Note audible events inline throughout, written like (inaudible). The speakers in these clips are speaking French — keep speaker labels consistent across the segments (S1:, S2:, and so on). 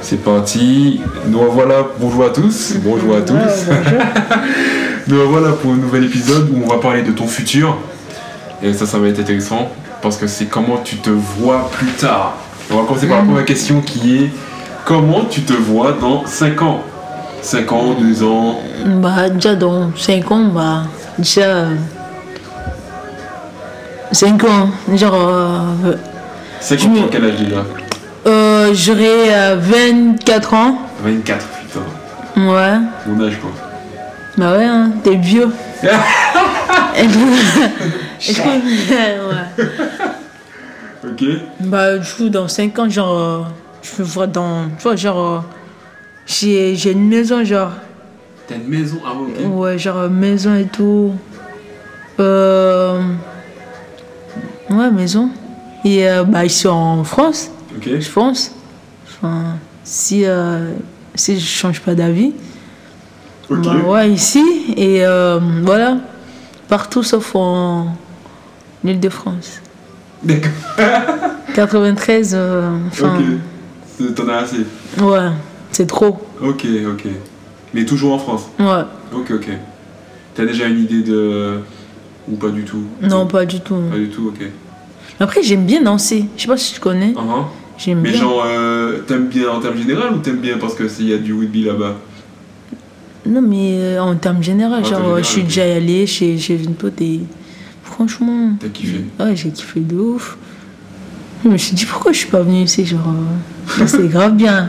S1: C'est parti. Nous revoilà. Bonjour à tous. Bonjour à tous. (laughs) Nous revoilà pour un nouvel épisode où on va parler de ton futur. Et ça, ça va être intéressant parce que c'est comment tu te vois plus tard. On va commencer par
S2: Mm.
S1: la première question qui est comment tu te vois dans 5 ans 5 ans, 2 ans
S2: Bah, déjà dans 5 ans, bah, déjà. 5 ans, genre. euh,
S1: 5 ans,
S2: Je me-
S1: pour quel âge déjà
S2: euh, J'aurai euh, 24 ans.
S1: 24, putain.
S2: Ouais.
S1: Mon âge, quoi. (laughs)
S2: Bah ouais, hein, t'es vieux. Et du coup- et du coup, (laughs) ouais.
S1: Ok
S2: Bah, du coup, dans 5 ans, genre. euh, je me vois dans. Tu vois, genre. euh, j'ai j'ai une maison, genre.
S1: T'as une maison Ah ouais, ok.
S2: Ouais, genre euh, maison et tout. Euh... Ouais, maison. Et euh, bah, ils sont en France,
S1: Ok.
S2: je pense. Enfin, si, euh, si je change pas d'avis.
S1: Ok.
S2: Bah,
S1: (laughs)
S2: ouais, ici. Et euh, voilà. Partout sauf en Île-de-France.
S1: D'accord.
S2: 93, euh, enfin.
S1: Ok. T'en as assez.
S2: Ouais, c'est trop.
S1: Ok, ok. Mais toujours en France.
S2: Ouais.
S1: Ok, ok. T'as déjà une idée de. Ou pas du tout
S2: Non, pas du tout.
S1: Pas du tout, ok.
S2: Après, j'aime bien Nancy. Je sais pas si tu connais.
S1: Ah, ah.
S2: J'aime
S1: Mais
S2: bien.
S1: genre, euh, t'aimes bien en termes général ou t'aimes bien parce qu'il y a du rugby là-bas
S2: Non, mais euh, en termes généraux,
S1: En
S2: genre,
S1: termes
S2: je suis
S1: généraux,
S2: déjà allée chez, chez une pote et franchement,
S1: T'as kiffé
S2: Ah ouais, j'ai kiffé de ouf. Je me suis dit pourquoi je suis pas venue ici, genre, euh, là, c'est grave bien.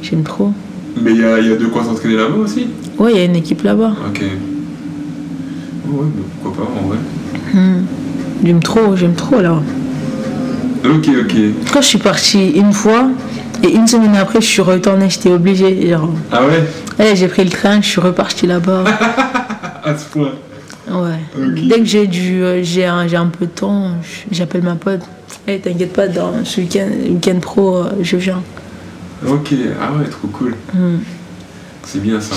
S2: J'aime trop.
S1: Mais il y a, y a de quoi s'entraîner là-bas aussi
S2: Ouais, il y a une équipe là-bas.
S1: Ok. Ouais, mais pourquoi pas en vrai
S2: Hmm. J'aime trop, j'aime trop là.
S1: Ok, ok.
S2: Quand je suis partie une fois et une semaine après, je suis retournée, j'étais obligée. Genre,
S1: Ah ouais
S2: Ouais, j'ai pris le train, je suis repartie là-bas.
S1: À ce point.
S2: Ouais.
S1: Ok.
S2: Dès que j'ai du, euh, j'ai un, j'ai un peu de temps, je- j'appelle ma pote. Eh, t'inquiète pas, dans ce week-end, week-end pro, euh, je viens.
S1: Ok, ah ouais, trop cool.
S2: Hmm.
S1: C'est bien ça.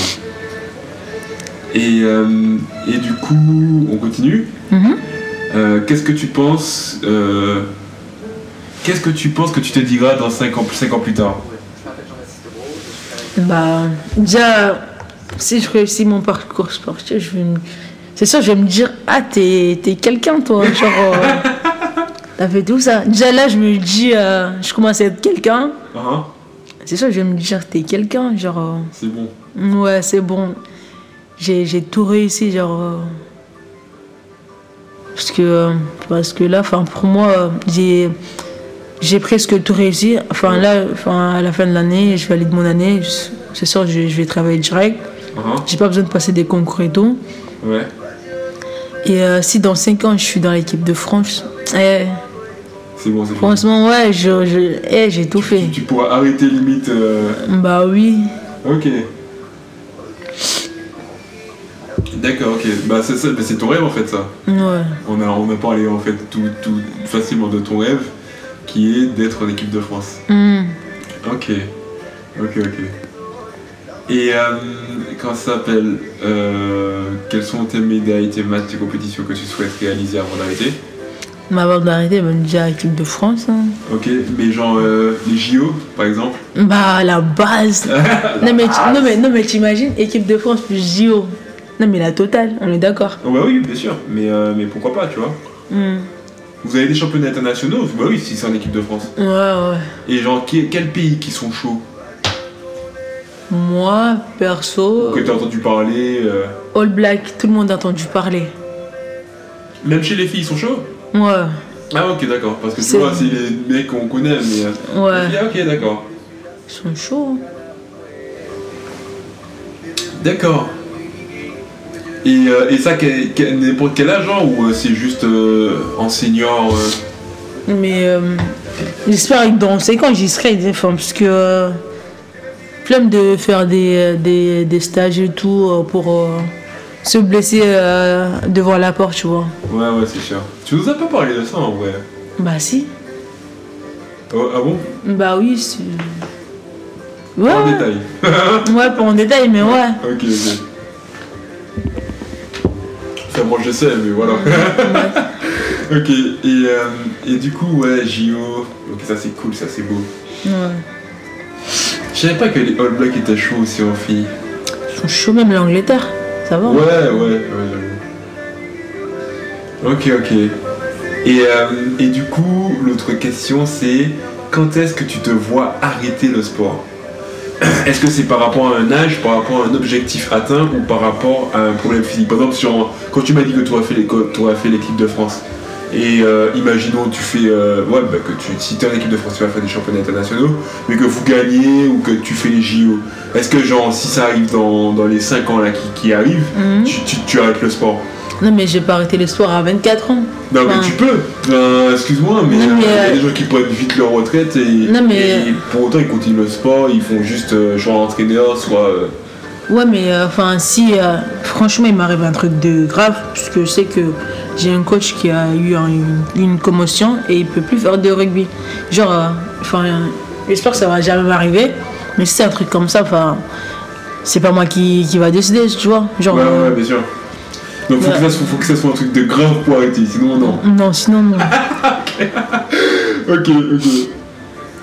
S1: Et, euh, et du coup, on continue
S2: Mhm.
S1: Euh, qu'est-ce que tu penses euh, Qu'est-ce que tu penses que tu te diras dans 5 ans, 5 ans plus tard
S2: Bah, déjà, si je réussis mon parcours sportif, je vais me... C'est sûr, je vais me dire, ah, t'es, t'es quelqu'un, toi. Genre, euh, t'as fait tout ça. Déjà là, je me dis, euh, je commence à être quelqu'un.
S1: Ah, hein,
S2: C'est sûr, je vais me dire, t'es quelqu'un. Genre, euh,
S1: C'est bon.
S2: Ouais, c'est bon. J'ai j'ai tout réussi, genre. euh, Parce que, euh, parce que là, enfin, pour moi, euh, j'ai j'ai presque tout réussi. Enfin, là, enfin, à la fin de l'année, je valide mon année. je- C'est sûr, je, je vais travailler direct.
S1: Ah, hein,
S2: J'ai pas besoin de passer des concours et tout.
S1: Ouais.
S2: Et euh, si dans 5 ans, je suis dans l'équipe de France, eh,
S1: C'est bon, c'est bon.
S2: franchement, ouais, je- je- eh, j'ai tout fait.
S1: Tu, tu pourras arrêter limite. euh,
S2: Bah oui.
S1: Ok. D'accord, ok. Bah c'est ça, mais c'est ton rêve en fait ça.
S2: Ouais.
S1: On a, on a parlé en fait tout, tout facilement de ton rêve qui est d'être en équipe de France.
S2: Hmm.
S1: Ok, ok, ok. Et euh, comment ça s'appelle euh, Quelles sont tes médailles, tes matchs, tes compétitions que tu souhaites réaliser avant d'arrêter
S2: Ma avant d'arrêter, bah, déjà l'équipe de France. hein.
S1: Ok, mais genre euh, les JO par exemple
S2: Bah, la base. non, mais, tu- non, mais, non, mais t'imagines, équipe de France plus JO. Non, mais la totale, on est d'accord.
S1: Oh, Bah oui, bien sûr, mais, euh, mais pourquoi pas, tu vois
S2: Hmm.
S1: Vous avez des championnats internationaux Bah oui, si c'est en équipe de France.
S2: Ouais, ouais.
S1: Et genre, qui- quels pays qui sont chauds
S2: Moi, perso,
S1: Que t'as entendu parler euh,
S2: All Black, tout le monde a entendu parler.
S1: Même chez les filles, ils sont chauds
S2: Ouais,
S1: Ah ok, d'accord, parce que tu
S2: C'est-
S1: vois, c'est les mecs qu'on connaît, mais... euh,
S2: ouais.
S1: Ah, ok, d'accord.
S2: Ils sont chauds. hein.
S1: D'accord. Et, euh, et ça, quel- quel- n'importe quel âge, genre, ou euh, c'est juste euh, en senior euh,
S2: Mais euh, j'espère que dans 5 ans, j'y serai. Enfin, parce que. euh, flemme de faire des, euh, des, des stages et tout euh, pour euh, se blesser euh, devant la porte, tu vois.
S1: Ouais, ouais, c'est sûr. Tu nous as pas parlé de ça, en vrai.
S2: Bah, si.
S1: Oh, ah bon
S2: Bah oui, c'est.
S1: Pas
S2: Ouais,
S1: En
S2: ouais,
S1: détail.
S2: ouais, pas en détail, mais ouais.
S1: Ok, ok. Enfin, moi, je sais, mais voilà. ok, et, euh, et du coup, ouais, JO. Ok, ça, c'est cool, ça, c'est beau.
S2: Ouais.
S1: savais pas que les All Blacks étaient chauds aussi en filles.
S2: Ils sont chauds, même l'Angleterre. Ça va
S1: Ouais, ouais, ouais, j'avoue. Ok, ok. Et, euh, et du coup, l'autre question, c'est quand est-ce que tu te vois arrêter le sport (clears throat) Est-ce que c'est par rapport à un âge, par rapport à un objectif atteint ou par rapport à un problème physique Par exemple, sur, quand tu m'as dit que tu as fait les- que t'aurais fait l'équipe de France, et euh, imaginons tu fais euh, ouais, bah, que tu, si t'es en équipe de France, tu vas faire des championnats internationaux, mais que vous gagnez ou que tu fais les JO. Est-ce que genre si ça arrive dans, dans les 5 ans là qui, qui arrivent,
S2: Mhm.
S1: tu, tu- tu arrêtes le sport
S2: Non, mais j'ai pas arrêté le sport à 24 ans.
S1: Non mais
S2: Enfin.
S1: tu peux. Ben, excuse-moi, mais
S2: Non,
S1: euh,
S2: mais,
S1: il y a des
S2: euh,
S1: gens qui prennent vite leur retraite et,
S2: Non, mais- euh,
S1: et pour autant ils continuent le sport, ils font juste euh, soit entraîneur, soit euh,
S2: Ouais, mais euh, enfin, si euh, franchement il m'arrive un truc de grave, puisque je sais que j'ai un coach qui a eu un- une, une commotion et il peut plus faire de rugby. Genre, euh, enfin, euh, j'espère que ça va jamais m'arriver, mais si c'est un truc comme ça, enfin, c'est pas moi qui, qui va décider, tu vois. Genre,
S1: ouais, ouais,
S2: euh,
S1: bien sûr. Donc faut,
S2: Ouais.
S1: que ça, soit- faut que ça soit un truc de grave pour arrêter, sinon non.
S2: euh, non, sinon, non.
S1: Ok, ok.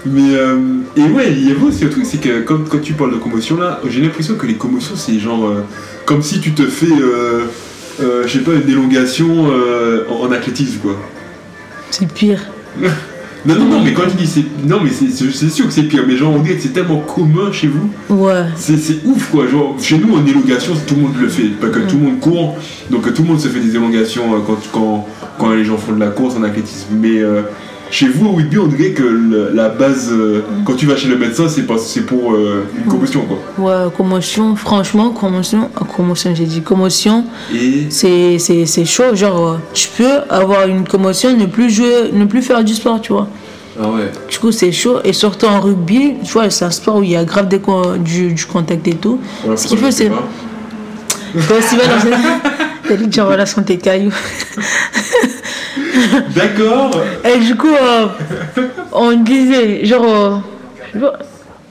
S1: Mais euh, et ouais, il y a aussi le truc, c'est que quand, quand tu parles de commotion là, j'ai l'impression que les commotions c'est genre euh, comme si tu te fais, euh, euh, je sais pas, une élongation euh, en, en athlétisme quoi.
S2: c'est pire.
S1: Non non non, mais quand je dis c'est, non mais c'est, c'est- c'est sûr que c'est pire, mais genre on dirait que c'est tellement commun chez vous,
S2: Ouais.
S1: c'est, c'est ouf quoi. Genre chez nous en élongation tout le monde le fait, pas que tout le monde court, donc euh, tout le monde se fait des élongations euh, quand quand quand les gens font de la course en athlétisme, mais euh, chez vous, au rugby, on dirait que le- la base, euh, quand tu vas chez le médecin, c'est pas- c'est pour euh, une commotion, quoi.
S2: Ouais, commotion, franchement, commotion, ah, commotion, j'ai dit commotion,
S1: Et
S2: c'est- c'est c'est chaud. Genre, euh, je peux avoir une commotion, ne plus jouer, ne plus faire du sport, tu vois.
S1: ah ouais.
S2: Du coup, c'est chaud. Et surtout en rugby, tu vois, c'est un sport où il y a grave des co- du, du contact et tout. Ce qu'il faut, c'est. Toi aussi, va dans une- T'as dit que tu en relation tes cailloux.
S1: D'accord.
S2: Et du coup, euh, on disait, genre. euh, je sais pas,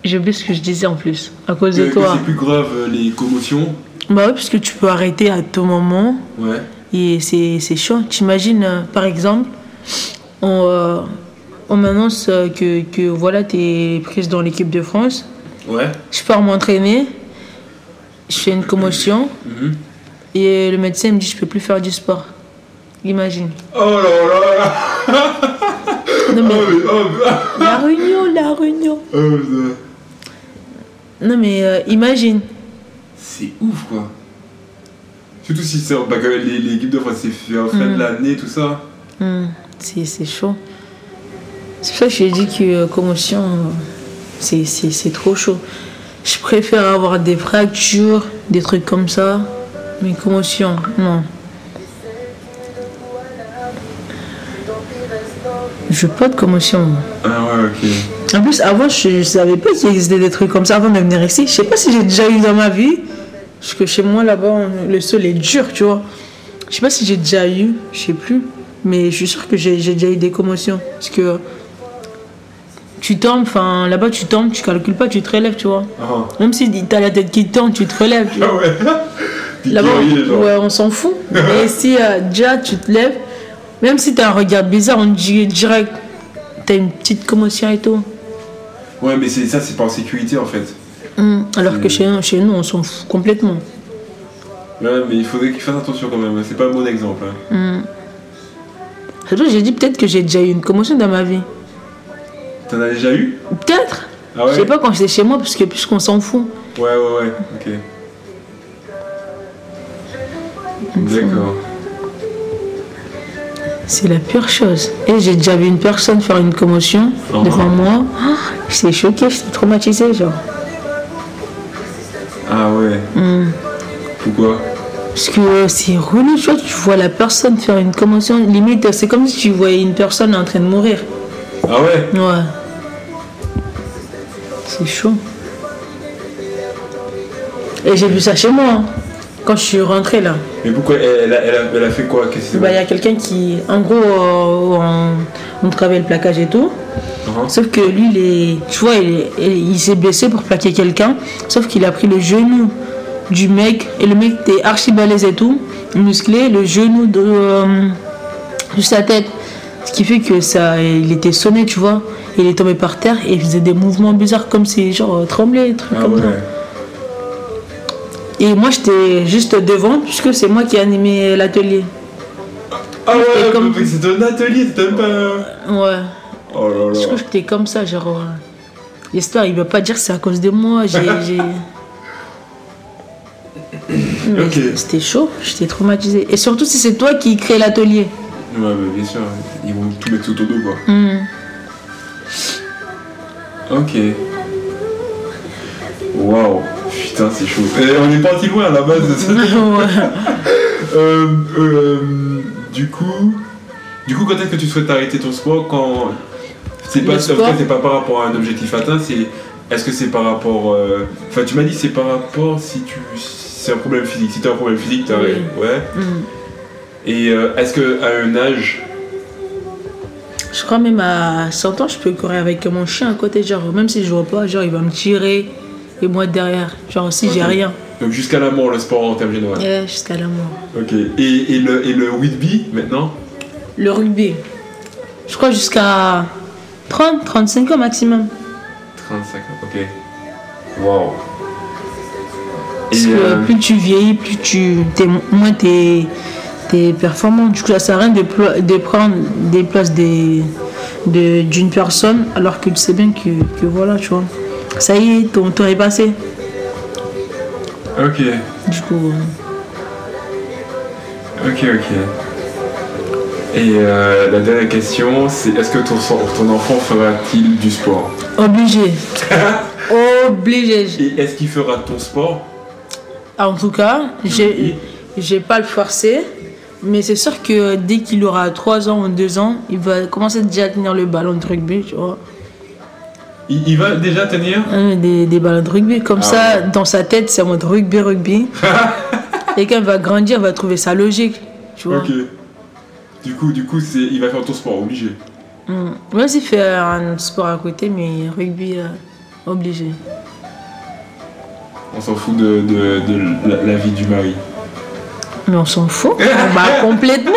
S2: J'ai oublié ce que je disais en plus, à cause
S1: Que-
S2: de
S1: que
S2: toi.
S1: C'est plus grave euh, les commotions.
S2: Bah oui, parce que tu peux arrêter à tout moment.
S1: Ouais.
S2: Et c'est c'est chaud. T'imagines, euh, par exemple, on, euh, on m'annonce euh, que, que voilà, t'es prise dans l'équipe de France.
S1: Ouais.
S2: Je pars m'entraîner, je fais une commotion
S1: Mhm.
S2: et le médecin me dit je peux plus faire du sport. Imagine.
S1: Oh là là là. Oh,
S2: Non mais
S1: mais, oh, mais- ah,
S2: la réunion, la réunion.
S1: oh, putain.
S2: Non mais euh, imagine.
S1: c'est ouf, quoi. Surtout si c'est bah, quand les- l'équipe de France, c'est fait en fin
S2: Mm.
S1: de l'année, tout ça.
S2: Hmm, c'est c'est chaud. C'est pour ça que j'ai dit que euh, commotion, euh, c'est- c'est c'est trop chaud. Je préfère avoir des fractures, des trucs comme ça. Mais commotion, non. Je veux pas de commotion. moi.
S1: Ah ouais, ok.
S2: En plus, avant, je ne savais pas qu'il existait des trucs comme ça avant de venir ici. Je sais pas si j'ai déjà eu dans ma vie. Parce que chez moi, là-bas, on- le sol est dur, tu vois. Je sais pas si j'ai déjà eu, je sais plus. Mais je suis sûre que j'ai j'ai déjà eu des commotions. Parce que tu tombes, enfin, là-bas, tu tombes, tu calcules pas, tu te relèves, tu vois.
S1: Ah,
S2: Même si t'as la tête qui tombe, tu te relèves. tu vois.
S1: (laughs) ah
S2: (laughs)
S1: ouais. T'es
S2: Là-bas,
S1: guerrier,
S2: on,
S1: genre.
S2: ouais, on s'en fout. Mais si euh, déjà tu te lèves, même si t'as un regard bizarre, on te dit direct, t'as une petite commotion et tout.
S1: Ouais, mais c'est ça, c'est pas en sécurité en fait.
S2: Mm, Alors que chez, chez nous, on s'en fout complètement.
S1: Ouais, mais il faudrait qu'ils fassent attention quand même, c'est pas un bon exemple. hein.
S2: C'est pour ça que j'ai dit peut-être que j'ai déjà eu une commotion dans ma vie.
S1: T'en as déjà eu
S2: Peut-être.
S1: Ah ouais
S2: Je sais pas quand j'étais chez moi, parce que puisqu'on s'en fout.
S1: Ouais, ouais, ouais, ok. D'accord.
S2: C'est la pire chose. Et j'ai déjà vu une personne faire une commotion
S1: Oh.
S2: devant moi. Ah, j'étais choquée, j'étais traumatisée, genre.
S1: Ah ouais.
S2: Mm.
S1: Pourquoi
S2: Parce que c'est relou, tu vois, tu vois la personne faire une commotion. Limite, c'est comme si tu voyais une personne en train de mourir.
S1: Ah ouais
S2: Ouais. C'est chaud. Et j'ai vu ça chez moi, hein, quand je suis rentrée là.
S1: Mais pourquoi elle, elle a, elle a- elle a fait quoi Qu'est-ce que
S2: Bah, Il y a quelqu'un qui, en gros, euh, on, on travaillait le plaquage et tout.
S1: Ah,
S2: Sauf que lui, il est- tu vois, il, est- il s'est blessé pour plaquer quelqu'un. Sauf qu'il a pris le genou du mec. Et le mec était archi balèze et tout, musclé, le genou de, euh, de sa tête. Ce qui fait que ça, il était sonné, tu vois. il est tombé par terre et il faisait des mouvements bizarres comme si genre euh, tremblait, des trucs
S1: Ah
S2: comme
S1: ouais.
S2: ça. Et moi j'étais juste devant puisque c'est moi qui animais l'atelier.
S1: Ah ouais,
S2: Et comme-
S1: mais c'est un atelier, c'est même pas.
S2: Ouais.
S1: Oh là
S2: Je
S1: là.
S2: trouve que j'étais comme ça, genre. euh, L'histoire, il va pas dire que c'est à cause de moi. (laughs) J'ai. j'ai- Mais
S1: Ok.
S2: C'était chaud, j'étais traumatisée. Et surtout si c'est toi qui crée l'atelier.
S1: Ouais, bah, bien sûr, ils vont tout mettre sous ton dos, quoi.
S2: Hmm.
S1: Ok. Waouh, putain, c'est chaud. Et on est parti loin à la base. (laughs)
S2: Hmm. (laughs) Ouais.
S1: Euh, euh, du coup, du coup, quand est-ce que tu souhaites arrêter ton sport Quand c'est
S2: Le
S1: pas,
S2: sport
S1: après, c'est pas par rapport à un objectif atteint, c'est est-ce que c'est par rapport euh, Enfin, tu m'as dit c'est par rapport si tu c'est un problème physique. Si t'as un problème physique, t'arrêtes. Ouais.
S2: Hmm.
S1: Et euh, est-ce que à un âge
S2: Je crois même à 100 ans, je peux courir avec mon chien à côté, genre, même si je vois pas, genre, il va me tirer et moi derrière, genre, si j'ai
S1: Ok.
S2: rien,
S1: donc jusqu'à la mort, le sport en termes généraux.
S2: Eh, jusqu'à la mort.
S1: Ok. Et, et le et le Whitby maintenant
S2: Le rugby, je crois jusqu'à 30, 35 ans maximum.
S1: 35 ans, ok. Wow. euh,
S2: Parce que plus tu vieillis, plus tu t'es moins t'es t'es performant. Du coup, ça sert à rien de, plo- de prendre des places des de- d'une personne alors que tu sais bien que, que voilà, tu vois. Ça y est, ton tour est passé.
S1: Ok,
S2: Du coup, euh,
S1: ok, ok. Et euh, la dernière question, c'est est-ce que ton, ton enfant fera-t-il du sport
S2: obligé. obligé.
S1: Et est-ce qu'il fera ton sport
S2: Ah, En tout cas, j'ai j'ai pas le forcé. Mais c'est sûr que dès qu'il aura 3 ans ou 2 ans, il va commencer déjà à tenir le ballon de rugby, tu vois.
S1: il, il va déjà tenir
S2: Euh, Des, des ballons de rugby. Comme
S1: Ah
S2: ça, dans sa tête, c'est en mode rugby,
S1: (laughs)
S2: rugby. Et quand il va grandir, il va trouver ça logique. Tu vois.
S1: Ok. Du coup, du coup, c'est il va faire ton sport, obligé.
S2: Mm. Moi aussi, fait un autre sport à côté, mais rugby, euh, obligé.
S1: On s'en fout de, de- de la, la vie du mari.
S2: Mais on s'en
S1: (laughs)
S2: fout. bah, complètement.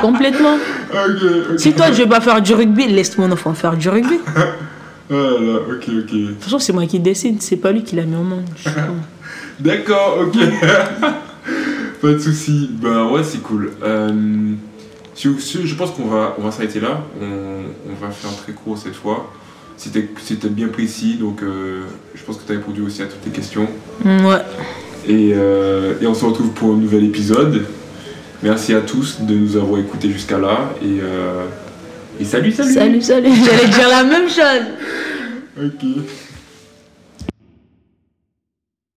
S2: Complètement.
S1: Ok, ok.
S2: Si
S1: (laughs)
S2: toi, je vais pas faire du rugby, laisse mon enfant faire du rugby. De
S1: Ah là, ok, ok.
S2: toute façon, c'est moi qui décide, c'est pas lui qui l'a mis au monde. Je suis con.
S1: (laughs) D'accord, ok. (laughs) pas de souci. Ben ouais, c'est cool. Euh, si vous- si- je pense qu'on va, on va s'arrêter là. On, on va faire très court cette fois. C'était c'était bien précis, donc euh, je pense que tu as répondu aussi à toutes les questions.
S2: Mm, ouais.
S1: Et, euh, et on se retrouve pour un nouvel épisode. Merci à tous de nous avoir écoutés jusqu'à là. Et, euh, et salut, salut
S2: Salut, salut. J'allais dire la même chose.
S1: Ok.